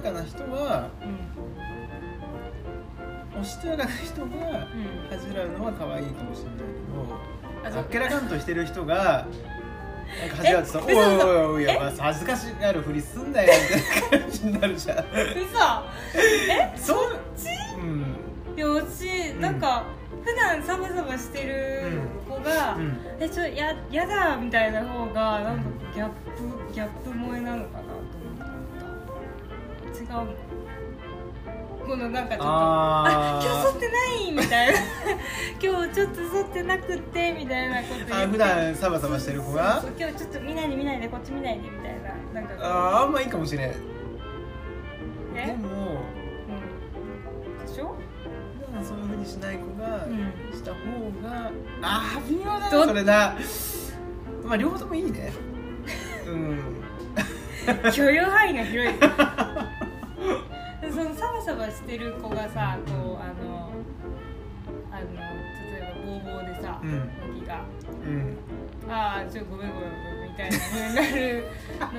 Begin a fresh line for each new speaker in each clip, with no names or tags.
かな人は
うん
おしとやかな人が
うん
恥じらうのは可愛いかもしれないけ
あそ
どあ
う
っけらかんとしてる人がなんか恥じらうとさ「おい
え嘘
お
嘘
いおいおいやばい恥ずかしがるふりすんなよ」みたいな感じになるじゃん
嘘
そううん
よし
ん
なんか普段サバサバしてる子が、
うん
えちょっとややだみたいな方がなんかギャップギャップ萌えなのかなと思った違うのこのなんかちょっと
あ
あ
ー
今日剃ってないみたいな 今日ちょっと剃ってなくてみたいなこと言って
あ普段サバサバしてる子が
そうそう今日ちょっと見ないで見ないでこっち見ないでみたいななんか
あーあんまいいかもしれんで
ね、
も
うん、でしょ
普段そういうふうにしない子が
うん
した方があー微妙だ
ど
なそれなまあ両方ともいい ねうん
許容範囲が広い そのサバサバしてる子がさこうあのあの例えばボーボーでさ
う
動
ん
き、が
うん
「ああちょごめんごめんごめん」みたいな風になる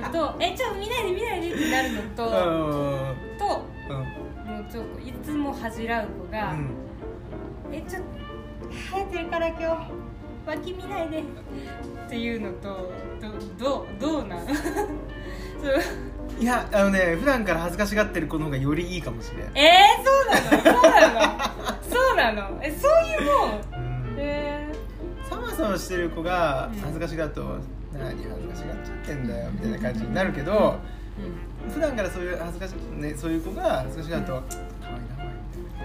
のと 「えちょ見ないで見ないで」ってなるの
う
と、
ん
と
うん
もうちょっといつも恥じらう子が「えちょっと生えてるから今日脇見ないで」っていうのとどどうどうなん そう
いやあのね普段から恥ずかしがってる子の方がよりいいかもしれん
えー、そうなのそうなのそうなのえそういうもん
うん
え
サバサバしてる子が
うん
恥ずかしがると何恥ずかしがっちゃってんだよみたいな感じになるけど
ー
普段からそういう恥ずかしねそういう子が恥ずかしがると可愛いなおい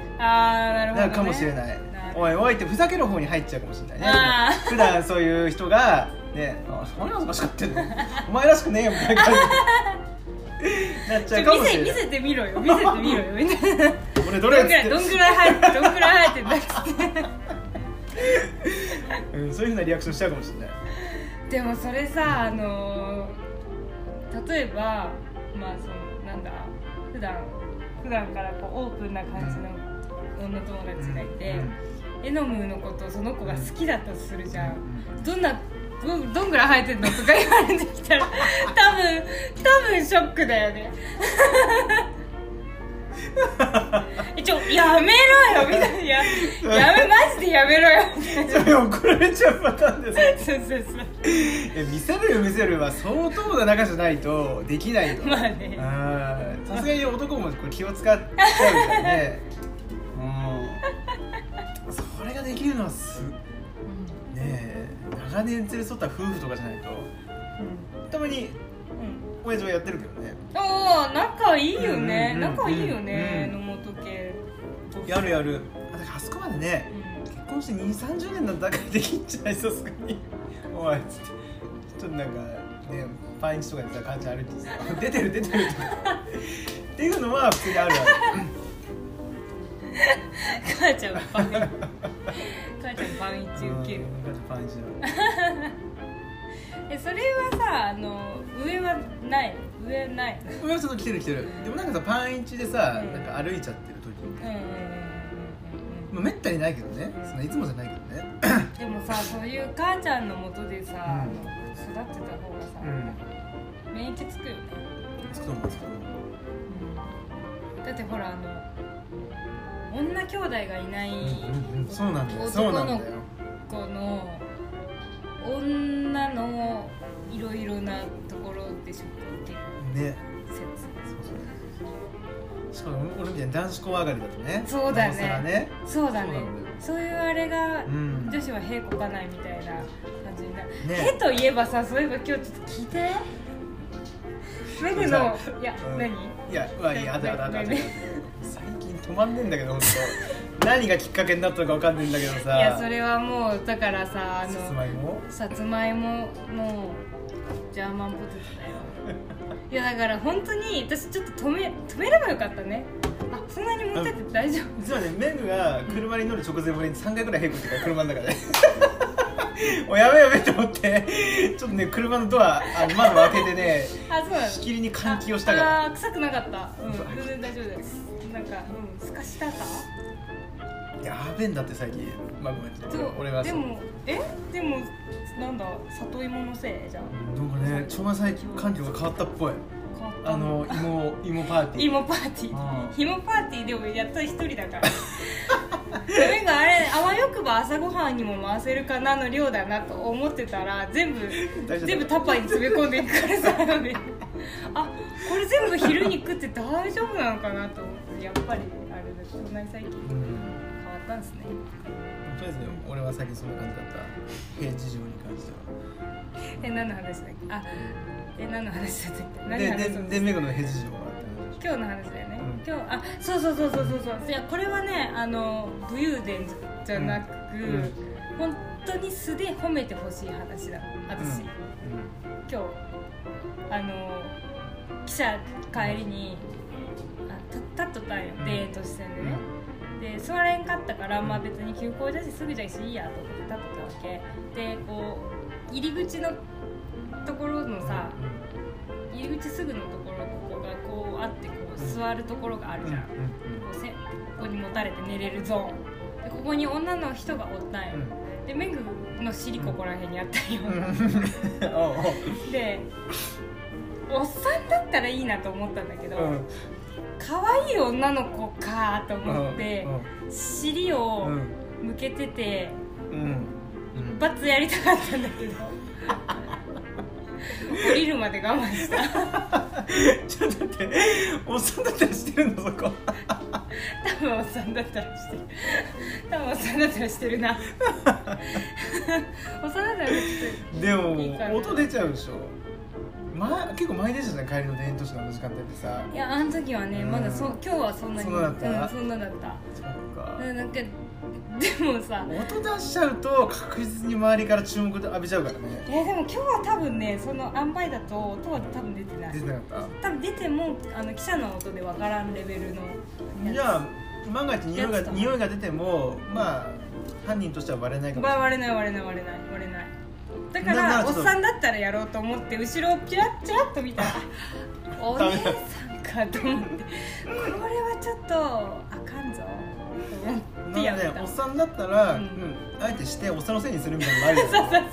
うん、ああなるほど、
な
ね、
るかもしれない
なる
おいおいってふざける方に入っちゃうかもしれないね
あー
普段そういう人がねあ何恥ずかしがってんのお前らしくねえよみたいな感じなっちゃう
ち
か
ょ
も
見
し
せ
れ
見
ない
せてみろ よ見せてみろよみたいな
俺ど
ど
れっつ
れぐらいどんぐら い入ってどんぐらい入ってんだっつって
って、うん、そういうふうなリアクションしちゃうかもしれない
でもそれさあのー例えばまあそのなんだ普段普段からこうオープンな感じの女友達がいて、エノムのことをその子が好きだとするじゃん、どんなどどんぐらい生えてんのとか言われてき たら多分多分ショックだよねえちょやめろよみたいなやや めマジでやめろよみたいな
それ怒られちゃうパターンですね
そうそうそう
いや見せるよ見せるは相当な仲じゃないとできないよ
まあね
うんさすがに男もこれ気を使っちゃうからねうんそれができるのはすねえ長年連れ添った夫婦とかじゃないとたまに
うんうん
親父はやってるけどね
ああ仲いいよね、
うんうんうん
仲いいよね、
う
野本家
やるやるあだからあそこまでね
うん
結婚して2 3 0年なんだからできんじゃないさすがに おいっつってちょっとなんかねパンイチとかでさ母ちゃん歩いてさ 「出てる出てる」とかっていうのは普通にあ るある
母ちゃんパンイチ母ちゃんパンイチ受ける
うんパンイチだ
えそれはさあの上はない上ない
俺はちょっと来てる来てるでもなんかさパンイチでさ、
うん
なんか歩いちゃってる時
うんうんうんうんうん
まあめったにないけどねそのいつもじゃないけどね
うんでもさそういう母ちゃんのもとでさ、あ
う
の
ん
育ってた方がさ、
ん
免疫つくよね、
つくと思うんですけど
だってほらあの女兄弟がいない
うんうんうんそうなんだよそ
男
うなん
の
だよ
この女のいろいろなところでショックを受ける
ね
説
そうそうしかも俺みたいな男子校上がりだとね
そうだね
なおさらね
そ
そ
うだ
うな
ね
んだよ
そういうあれが
うん
女子は屁こかないみたいな感じになる「屁
ね」
といえばさそういえば今日ちょっと聞いてメグの
そ
いや
うん
何
いやうわいやあだあだあだあだ
ねね
最近止まんねえんだけど本当何がきっかけになったのかわかんねえんだけど
い
さ
やそれはもうだからさあ
さつ
の
まいも
さつまいももうジャーマンポテトだよいやだから本当に私ちょっと止め止めればよかったねあそんなに持ってって大丈夫
実はねメグが車に乗る直前までに3回ぐらいへこってから車の中で おやべやべと思ってちょっとね車のドアあの窓を開けてね
あそうなの
しきりに換気をしたから
ああー臭くなかったうん
そう
全然大丈夫ですなんかうんすかしたか
やべえんだって最近まあごめんちょっと俺は
でもえでもなんだ里芋のせいじゃん
なんかね腸内細菌環境が変わったっぽい
変変わった
あの芋芋パーティー
芋パーティ
うん
ー芋パーティーでもやっと一人だからなんかあれあわよくば朝ごはんにも回せるかなの量だなと思ってたら全部
大丈夫
全部タッパーに詰め込んでいくからさあこれ全部昼に食って大丈夫なのかなと思ってやっぱりあれだそんなに最近
うん
変わったんですね
とりあえずね俺は最近そんな感じだった平時情に関しては
え何の話だっけあえ何の話だったっけ何
で
話
で
そう
でメグの平時情はって話
今日の話だよね、
うん
今日あそうそうそうそうそうそういやこれはねあの武勇伝じゃなく、
んうん
本当に素で褒めてほしい話だ私、
うん
今日あの記者帰りにあた立っとったんよ、
うん
デートしてんでね、で座れんかったから、まあ、別に休校だしすぐじゃいいしいいやと思って立っとったわけでこう入り口のところのさ入り口すぐのところここがこうあってこう座るところがあるじゃん、こうせここに持たれて寝れるゾーンでここに女の人がおったんよ、でメグの尻ここら辺にあったんよ、
うんうんうんうんおう
でおっさんだったらいいなと思ったんだけど、
おううん
可愛い女の子かと思って、
うん
尻
う
を
ん
向けてて、
うんうん
バツやりたかったん だけど降りるまで我慢した
ちょっと待っておっさんだったらしてるのそこ
多分おっさんだったらしてる多分おっさんだったらしてる なおっさんだったらちょっ
でも
いいかな
音出ちゃうでしょ、ま、結構前でしたね帰りの電都市のあの時間帯ってさ
といやあの時はねまだそ
うん
今日はそんなに
そんなだった
うん、そんなだった
そっか
うんなんかでもさ
音出しちゃうと確実に周りから注目浴びちゃうからね
えでも今日は多分ねその塩梅だと音は多分出てない
出てなかっ
多分出てもあの記者の音でわからんレベルの
たじゃあ万が一匂いが
やつとか
匂いが出てもまあ犯人としてはバレないかもしれな
ば
い
割れない割れない割れない割れないだか
なな
ら
ん
お
か
っ
ちょっと
さんだったらやろうと思って後ろをピラッチラッと 見たらあお姉さんかと思ってこれはちょっとあかんぞと思ってや
な
っ
ので
た
おっさんだったら、
う
うんんあえてしておっさんのせいにするみたいなのもあるよね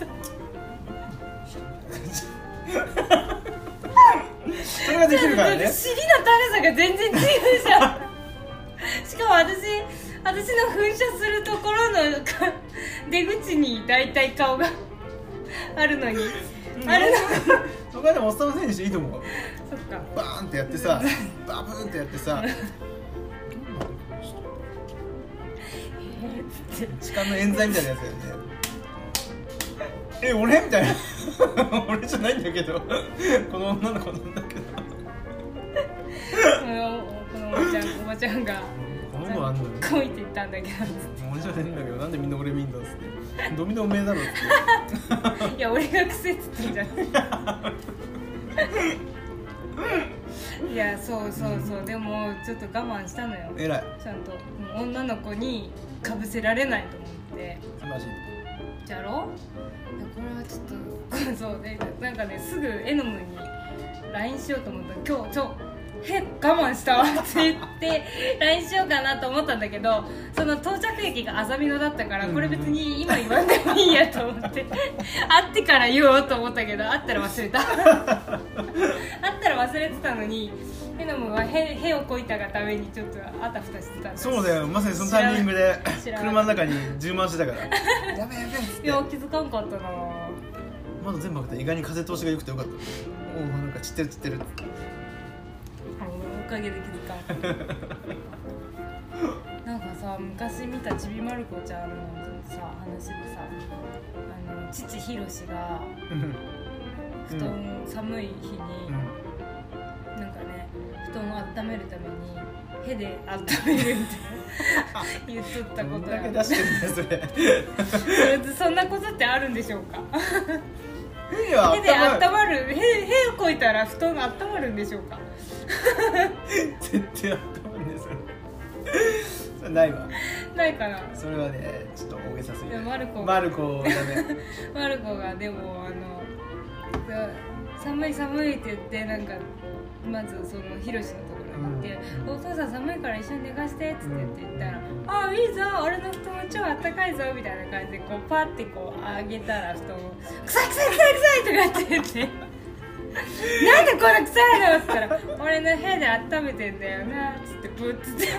それができるから
だっ
ね
て尻の高さが全然違うじゃ んしかも私私の噴射するところのか出口に大体顔が あるのに、あるの
そこはでもおっさんのせいにしていいと思う
そっか
バーンってやってさバブーンってやってさ
えーっつって
痴漢の冤罪みたいなやつだよねえ俺みたいな 俺じゃないんだけどこの女の子なんだけど
そのこのおばちゃんおばちゃんが
この子あんのよ
こう言って言ったんだけ
俺じゃないんだけどなんでみんな俺見んだっつってドミノおめえだろっつって
どいや俺が癖っつって んじゃないいやそうそうそうでもちょっと我慢したのよ
偉い
ちゃんとうん女の子にかぶせられないと思って
素晴らしい
じゃろいやこれはちょっとこうそうでなんかねすぐエノムに LINE しようと思った今日ちょへ我慢したわって言って LINE しようかなと思ったんだけどその到着駅があざみ野だったからこれ別に今言わんでもいいやと思って会ってから言おうと思ったけど会った ら忘れた会ったら忘れてたのにエノムはへへをこいたがためにちょっとあたふたしてたん
そうだよまさにそのタイミングで
知らない
車の中に充満して たからやべえやべえっつっ
い
て
や気づかんかったな
窓全部開けて意外に風通しが良くてよかったおおなんか散ってる散ってるっつって
おかげで気づかんなんかさ昔見たちびまる子ちゃんのさ話でさあの父ひろしが
うん
布団、寒い日に、
うん
なんかね布団を温めるために手で温めるみたいな言っとった
ど
こ
ん
と
だけ
が
出してるんだよそれ
それそんなことってあるんでしょうか
いいよ
手で温
頭
まるへへをこいたら布団が温まるんでしょうか
絶対頭ねそれそれないわ
ないかな
それはねちょっと大げさすぎ
いや
る
マルコ
マルコだね
マルコがでもあのそう寒い寒いって言ってなんかまずそのヒロシのところに行って「
うん
お父さん寒いから一緒に寝かして」っつって言って言ったら「
うん
ああいいぞ俺の布団も超あったかいぞ」みたいな感じでこうパッてこう上げたら布団を「臭い臭い臭い臭い」とかって言って なんでこれ臭いの?」っつったら「俺の部屋で温めてんだよな」っつってブッつ ってや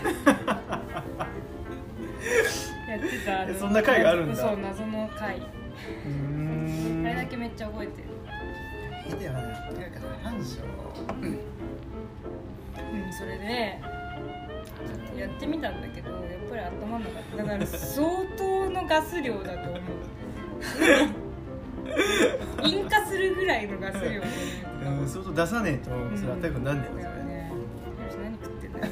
ってたあの
えそんな回があるんだ
そう謎の回
うー
あ
ん
れだけめっちゃ覚えてる、
いいだよねてか何でしょう
うん、それでちょっとやってみたんだけどやっぱり温まんなかっただから相当のガス量だと 思う引火するぐらいのガス量だと思
うん相当出さねえと
うん
それあったかくなんねえん
だ
ですよ
よ
ね
ね何食ってんだよ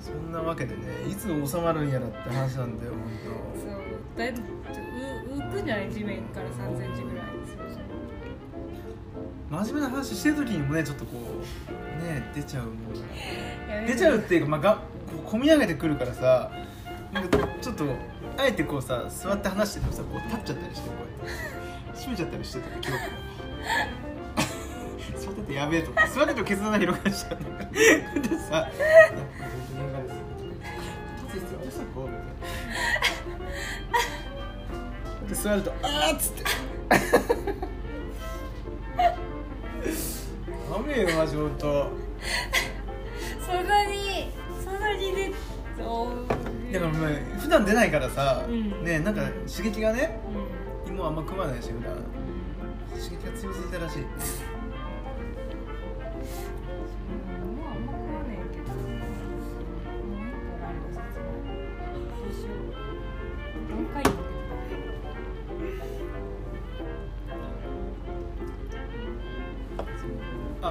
そんなわけでねいつ収まるんやらって話なんだよ本
そうだいぶう浮くんじゃない地面から3センチぐらい
当真面目な話してる時にもねちょっとこうね出ちゃうもんだから
やめて
出ちゃうっていうか、まあ、がこみ上げてくるからさなんかちょっとあえてこうさ座って話しててもさこう立っちゃったりしてこうやって閉めちゃったりしてた記憶 が座っててやべえとか座っててもケツの穴広がっち ゃうなんかこうやってさ「本当にやばいです」立つ必要ありますかこうみたいな で座ると「あーっつって「ダメよマジ本当
そんなにそんなにでそう
だからまあ普段出ないからさ、
うん
ねなんか刺激がね
うん
芋あんま組まないし普段刺激が強すぎたらしい
うんまああんま食わねえけどうんなんかあるか説明どうしよう何回言って
あ
た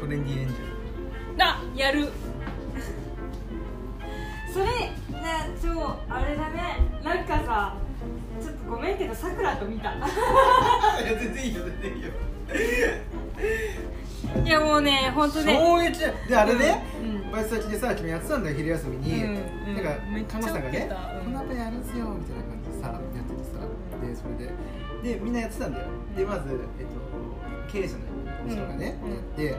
トレンディエンジ
うんあやる それね超あれだねなんかさちょっとごめんけどさくらと 見た
ェルいや全然いいよ全然いいよ
いやもうね本当ね
衝撃だよであれね、
うん
バイト先でさ君やってたんだよ昼休みに、
うんうん
なんか
めっち
彼
ゃ
女さんが
受け
ね
た
「
うん
こんなことやるんすよ」みたいな感じでさやっててさでそれででみんなやってたんだよでまず、えっと、経営者の人がね、
うん
やって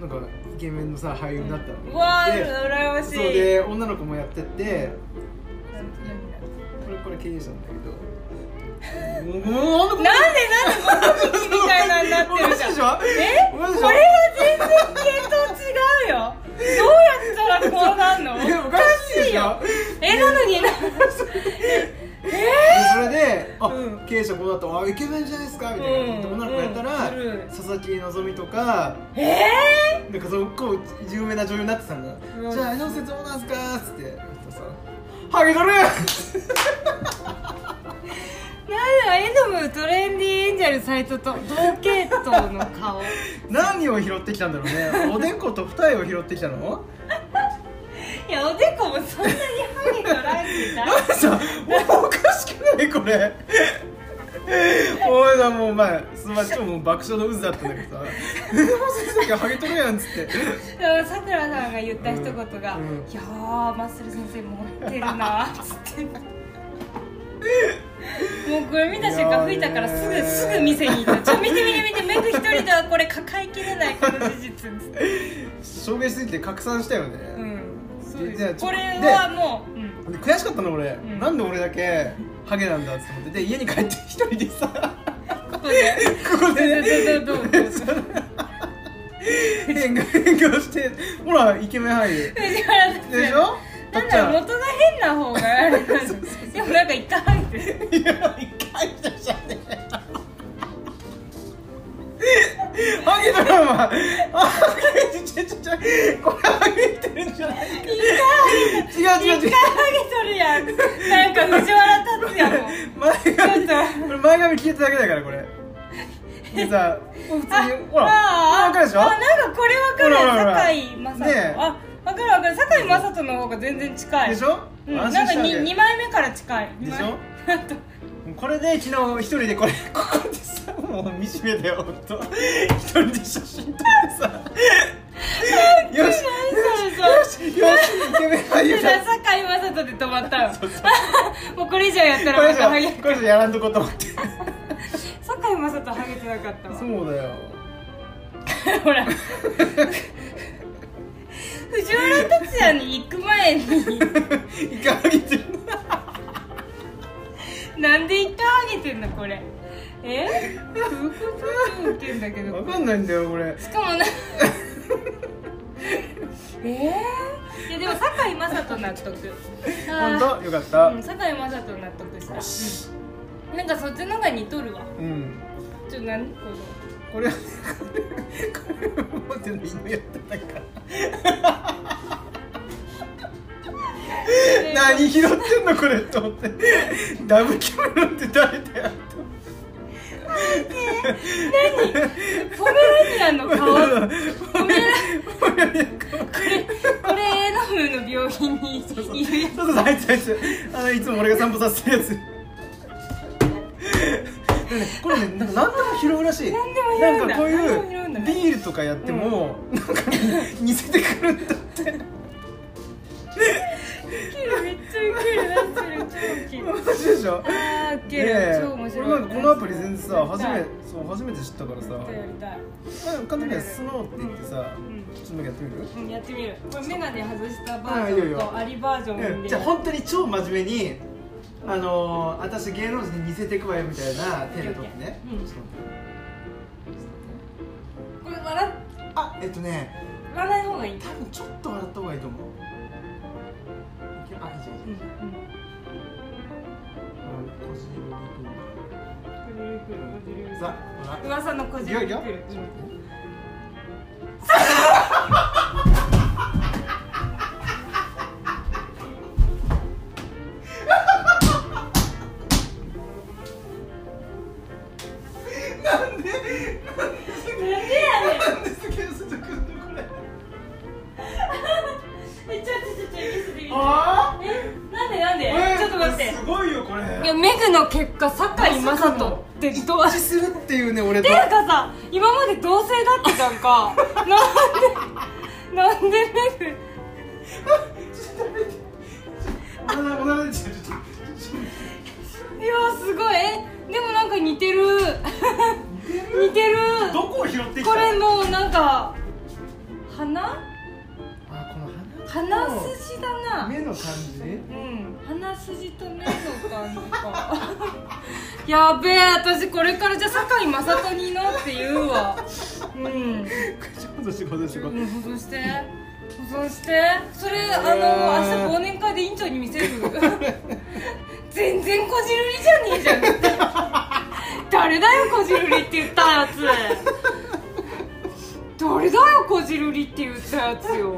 なんかイケメンのさ俳優になったの
うんうわ
で
ー羨ましい
そうで女の子もやってって
な
これこれ経営者なんだけどもうもうなんで
んでなんで物置みたいなにな ってるじゃ
お
ん
かしいでしょ
え
お
これ
かしいでしょ
は全然系統違うよどうやったらこうなん
え
の
おかしいでしょ
えなのにな
でそれで「あ、
うん
経営者こうだったあイケメンじゃないですか」みたいな、で
うん
女の子やったら、
うんうん
佐々木希とか
え
なんかそのこう有名な女優になってたんだ、
うん
じゃあ「あの説どうなんすか?」っつって言ったらさ「ハゲとる!」
ー、なんだエドムトレンディエンジェルサイトと同系統の顔
何を拾ってきたんだろうねおでこと二重を拾ってきたの
いやおでこもそんなにハゲとライて
なんかさおかしくないこれおいなもうお前すまんちょっともう爆笑の渦だったんだけ どさ「でも先生がハゲとるやん」っつって
ださくらさんが言った一言
う
が「いや
ん
ーマッスル先生持ってるな」っつってもうこれ見た瞬間吹いたからす
いや
ぐ
ー
すぐ店に行った「ちょ見て見て見てメグ一人ではこれ抱えきれないこの事実」っつって
証明しすぎて拡散したよね、
うんそうで
じゃあ
す
ちょ
これはもう、うん
で悔しかったの俺、
ん
なんで俺だけハゲなんだって思ってで家に帰って一人でさ
こ こで
ここでね
どうぞどうぞどうぞ
変顔変顔してほらイケメン俳優
藤原先生
でしょた
なん
っ
だ
ちゃ
ろ
ん
う元が変な方があれなんだでもなんか一回入ってる
いや一回しかしゃねえハゲだろお前あハゲちょちょちょこれハゲてるんじゃない
一回
か違う違う違
一回
う
ハゲとるやんなんか藤原竜也も
前髪
ちょっと
これ前髪消えただけだからこれでさもう普通にほら
ああ
分かるでしょ
あなんかこれわか
ほ
る
らほらほら
堺雅人、
ねえ
あわかるわかる堺雅人の方が全然近い
でしょ
うん、な
安
ん
心し
か
たわけ
に二枚目から近い
でしょ
二枚目あと
これで昨日一人でこれここでさもう惨めだよ本当一人で写真撮ってさよし
そう そうそう
よしイケメン俳優
で
だ
堺雅人で止まった の もうこれ以上やった
こ
ら
れ
ま
じ
た
ゃ
ハゲ
これじゃやらんとこと思って
堺雅人ハゲてなかったわ
そうだよ
ほら藤原竜也に行く前に
イカハゲてる
てんのこれえどういうことって言うんだけど
わかんないんだよ俺
しかも なえー、いやでも堺井雅人納得
本
あ
当よかっ
ー
た
うん、堺井雅人納得した、うんなんかそっちの方が似とるわ
うん
ちょ何この
これこれこれ持ってるの犬やったから 何拾ってんのこれと思 ってダブキムロンって誰だよ
ポメラニアンの顔これこれエナムの病院にいるや
そうそうそうあいつあいつあのいつも俺が散歩させてるやつでねこれねなんか何でも拾うらしい
何でも拾うん
な
だ
んかこう
何でも拾うんだ
いう
ね
ビールとかやっても、なんかね似せてくるんだって
つキルめっちゃウケるなってる超ウケる
面白いでしょ
あーウ
ね
ケる、
え
超面白い
俺なんかこのアプリ全然さ初
や
め
り
そう初めて知ったからさ
たいやりたい
なんか簡単にはスノーって言ってさ
うん
ちょっとだけやってみる
うんやってみるこれメガネ外したバー
あいいよいい
ジョ
よ
ンとアリバージョンで、
うんじゃあ本当に超真面目に「あのー、私芸能人に似せてくわよ」みたいな手で撮ってね、
うん
ちょっと待って
これ笑
あえっとね
笑わない方がいい、
多分ちょっと笑った方がいいと思ういけあいいじゃんいいじゃん、
う
うん
うんん、こ
個人的
じるくるこじるく
に
る
さほら
噂のこ
い
じ
く
る
よ
く
い
る
くよ
うん
なんで
なんでやねん
なんですげえ嘘つくのこれ
えちょっとちょっとミスで見て
あ
えなんでなんで、
えー
ちょっと待って
すごいよこれ
いやメグの結果堺井雅人ってどう
一致するっていうね俺
て
と
いうかさ今まで同性だってたんかなんでなんでメグ
おならおなら出ちゃうちょっとちょっと
いやーすごいえでもなんか似てる似てる
どこを拾ってきた
これもうなんか鼻
あこの鼻
鼻筋だな
目の感じね
うん鼻筋と目の感じか やべえ私これからじゃあ堺雅人になって言うわうん
ちょっと仕事仕事
うん保存して保存してそれあの明日忘年会で院長に見せる 全然こじるりじゃねえじゃん 誰だよこじるりって言ったやつ誰だよこじるりって言った やつよ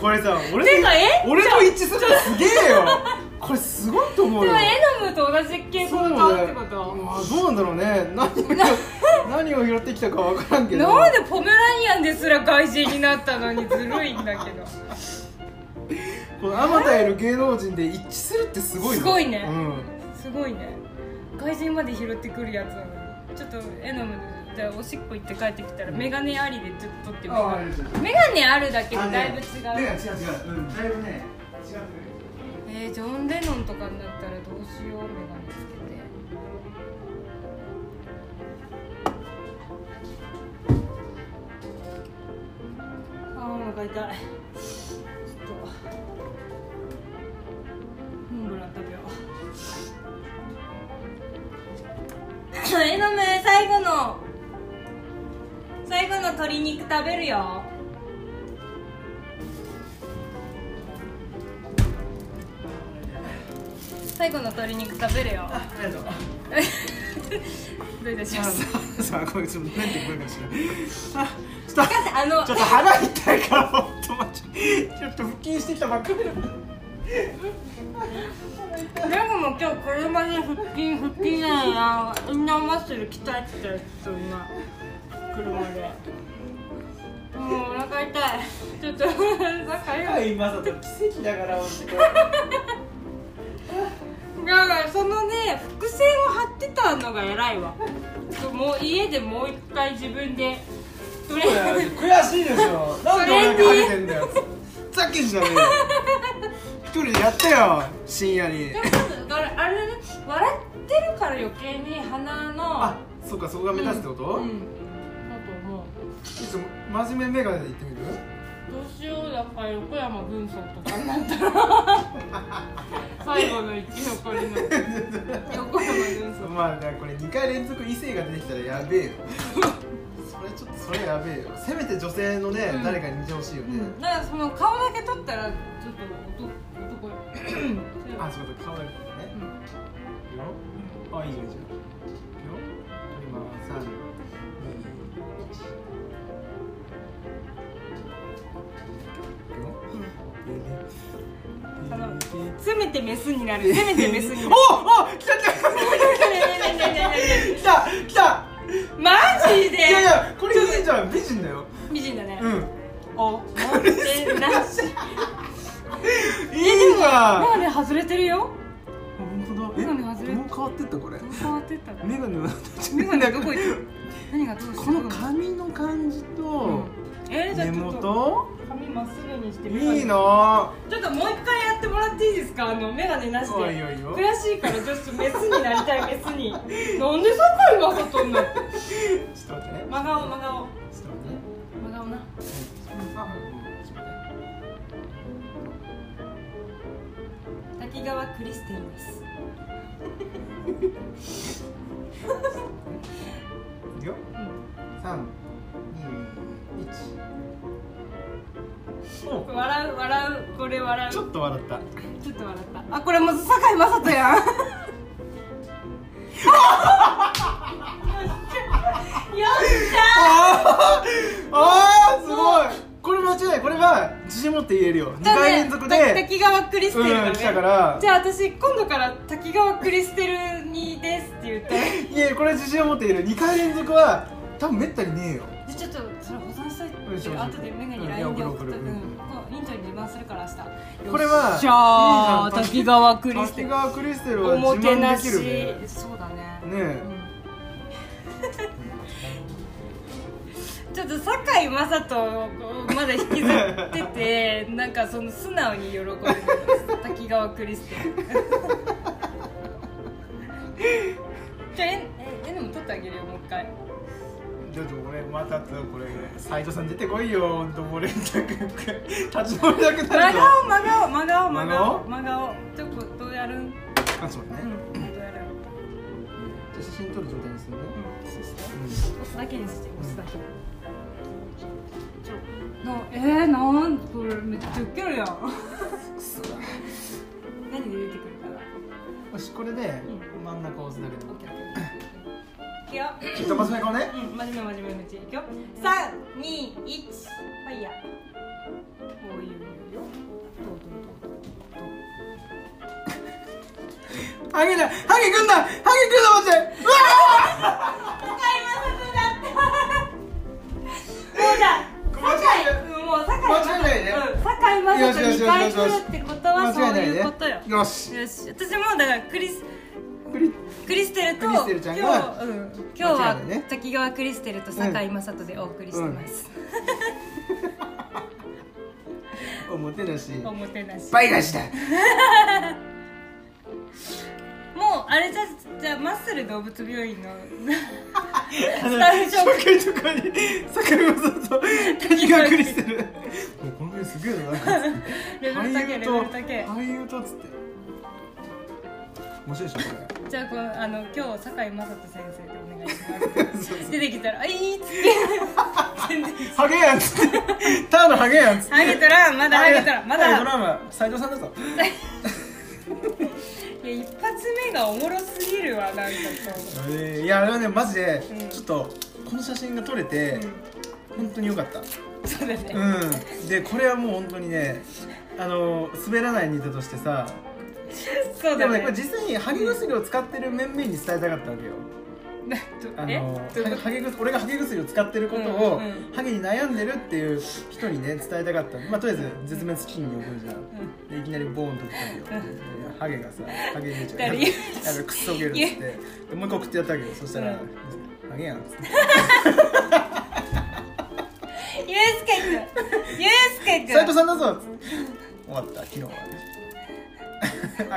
これさ俺
てかえ
俺と一致するのすげえよこれすごいと思う
で
よ
もエナムと同じ傾
そう
向
だ
か
ね
ってこと
まあどうなんだろうね何を 拾何を拾ってきたかわからんけど
なんでポメラニアンですら外人になったのにずるいんだけど
このあまたいる芸能人で一致するってすごいよ
すごいね
うん
すごいね外人まで拾ってくるやつなのにちょっとエナムじゃあおしっこ行って帰ってきたらメガネありでちょっと撮ってみ
ああいい
る
ですよ
メガネあるだけで
あね
だいぶ違う、
ね違う違ううんだいぶね違う
えー、ジョン・レノンとかになったらどうしようメガネつけてあーお腹痛いちょっとモンブラン食べよう えのめ最後の最後の鶏肉食べるよ最後の鶏肉食べるよ
ありがとう
どういたし
あ
ます
ささあこれちょっと何て声がしないあちょっと
あの
ちょっと腹痛いからほんと待ってちょっと腹筋してきたばっかりだ
でも今日車で腹筋腹筋やなインナーマッスル鍛えてたよそんな車でもうお腹痛いちょっと 仲良い
今さと奇跡だから本
だからそのね伏線を張ってたのが偉いわもう家でもう一回自分でとりあ えず
当悔しいでしょなんで俺だけ跳ねてんだよさっきじゃねえよ一人でやったよ深夜に
でもちょっとあれあれね笑ってるから余計に鼻の
あそっかそこが目立つってこと、
うん
ちょ
だと思う
っと真面目メガネで言ってみる
どうしようだから横山文曹とかになったら最後の生き残りの横山純さん
まあだからこれ2回連続異性が出てきたらやべえよそれちょっとそれやべえよせめて女性のね、
うん
誰かに見てほしいよね、
うんだからその顔だけ撮ったらちょっと男男
あそういうこと顔だけね
うんう
いく
ん
よあいいじゃんいいじゃんいくよ今3 2 1いくよ
頼むせめてメスになるせめてメスになる
おお来た来た
ねえねえねえねえね
来た来た
えマジで
いやいやこれいいじゃん美人だよ
美人だね
うん
おもてなし
いいじゃん
眼鏡外れてるよ
本当だ
眼鏡外れ
もう変わってったこれ
どう変わってったの
メガネは
眼鏡どこ行ったの何がどうした
この髪の感じと
えー、じゃ
根
あちょっと
元
髪まっすぐにして眼鏡
いいな
ちょっともう一回やってもらっていいですかあの眼鏡なしで
おいおいおい
悔しいからちょっとメスになりたいメス になんで酒井雅人になっ
ちょっと待ってねちょっ
て真顔真顔
と待ってね
真顔な滝川クリステルです
いくよ
うん
三二一お
笑う笑うこれ笑う
ちょっと笑った
ちょっと笑ったあこれもう酒井雅人 やんよっしゃ
あーあーすごいこれ間違いないこれは自信持って言えるよ2
じゃあね
回連続
た
で
滝川クリステルだ
う
ね、
ん来たから
じゃあ私今度から滝川クリステルにですって言って
いやこれ自信を持って言える2回連続は多分めったにねえよ
でちょっとそれ保存しといて、
うんそうそう
後でメガ
う
に
ん
LINE で送っとく、
いや送る送る
うんこう院長に自慢するから明日
これは
よっ
いい
しゃー
じゃん
滝川クリステ
滝
ル
川クリステルは
おも
自
て
慢
な
で
し
きるね
そうだね
ねえ
うんちょっと堺雅人をこうまだ引きずって てなんかその素直に喜んでます滝川クリステ ルじゃあええでも撮ってあげるよもう一回
ちょっと俺またとこれ斎藤さん出てこいよほんともう連絡立ち直れなくなるぞ
真顔真顔真顔真
真
顔
顔
真顔ちょっとどうやるん
あそうだ
う
ね、
んどうやるん
じゃあ写真撮る状態にするね、
うんそうして
うん、
押すだけにして押すだけちょなえー、なんこれめっちゃウケるやん
くそだ
何で出てくるかな
よしこれで
う
真ん中押すだけ
オッケーオッケーいくよ
で一発目こうね
うん真面目真面目めっちゃいくよ三二一ファイヤーこういうよどうどうどうどう
ハゲだハゲくんだハゲくんだ待ってうわ
高井雅人だったもうじゃあ酒井もう酒井
間違いないね
うん酒井雅人に回すってことはそういうことよ
よし
よし私もだからクリス
クリ
クリステルと
クリステルちゃんが
今日,、うん、今日
間違
はい
ないね
滝川クリステルと酒井雅人でお送りしてます、
おもてなし
おもてなしも
倍返しだ
うあれじゃじゃあマッスル動物病院のスタッフ紹
紹介とかに坂井雅人と滝川クリステルもうこの辺すげえな
レベル高いレベル高い
俳優とっつって面白いでしょこ
じゃあこのあの今日酒井雅人先生でお願いし ます。出てきたらあいいっつって全然
れハゲやんっつってただのハゲやんっつって
ハゲとらんまだハゲとらんまだ。い
ハゲド
や
ラマ斎藤さんだぞ
一発目がおもろすぎるわなんかこ
えーいやあれはねマジで
うん
ちょっとこの写真が撮れ
う。
て
う
本当に良かった
ん、そうだね。
うんでこれはもう本当にねあの滑らないネタとしてさ
そう
で
だ
もね
ね。
これ実際にハゲ薬を使ってる面々に伝えたかったわけよ
な
あ
どえ
の
どういう
ハ
こ
ゲ薬俺がハゲ薬を使ってることを、
うんうん
ハゲに悩んでるっていう人にね伝えたかったまあとりあえず絶滅危機に置くじゃん、でいきなりボーンと食ったわけよでハゲがさハゲめちゃ
誰
やべくっそげるっつってでもう一個食ってやったわけよそしたら、
うん
ハゲやんっつって
とユースケ君、ユースケ君。
斉藤さんだぞ終わった昨日は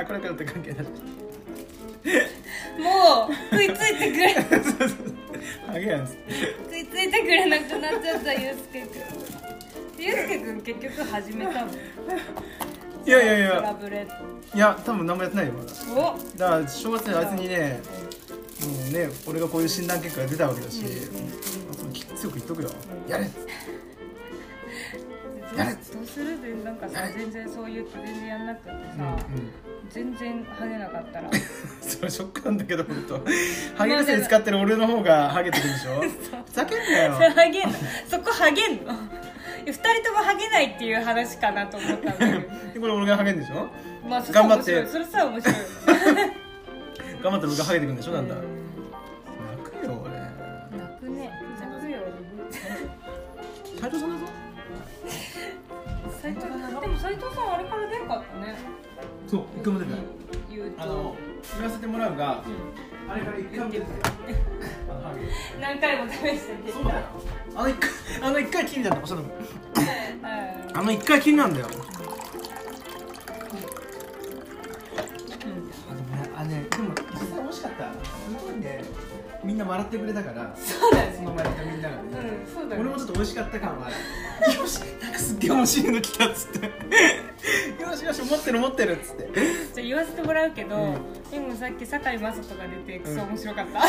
あこれからって関係ない
もう食いついてくれ、
ハゲやんっつって
食いついてくれなくなっちゃったユースケ君。ユースケ君結局始めたもん。
いやいやいや
サラブレッ
いや多分何もやってないよまだ
ドお
だから正月にあいつにねもうね俺がこういう診断結果が出たわけだし、うん強く言っとくよやれっつって
どうどうするでなんかさ全然そう言って全然やんなくてさ、全然跳ねなかったら
それショックなんだけど本当ハゲ薬使ってる俺の方がハゲてくるでしょふざけん なよ
ハゲんのそこハゲんのいや二人ともハゲないっていう話かなと思ったん だけど
でこれ俺がハゲんでしょ
まあそれさ
頑張って
面白いそれさ面白い
頑張って僕がハゲてくるんでしょなんだ
う
泣くよ俺
泣くね泣くよ
斉藤さんだぞ
斉藤でも斉藤さんあれから出んかったね
そう一回も出てない
言うと
あの言わせてもらうがあれから一回も出てないあのハゲ
何回も試してみて
そうだよあの一回あの一回きりなんだよその
はい
あの一回きりなんだよ
うん
あでもねあねでも実際惜しかったすごいねみんな笑ってくれたから
そうだ
そ
ね
の前からみんなが
う
ね
んそうだ
俺
ね
もちょっと美味しかった感はあるよしなんかすっげえ面白いの来たっつってよしよし持ってる持ってるっつって
じゃあ言わせてもらうけど、
う
でもさっき堺雅人が出てクソ面白かった、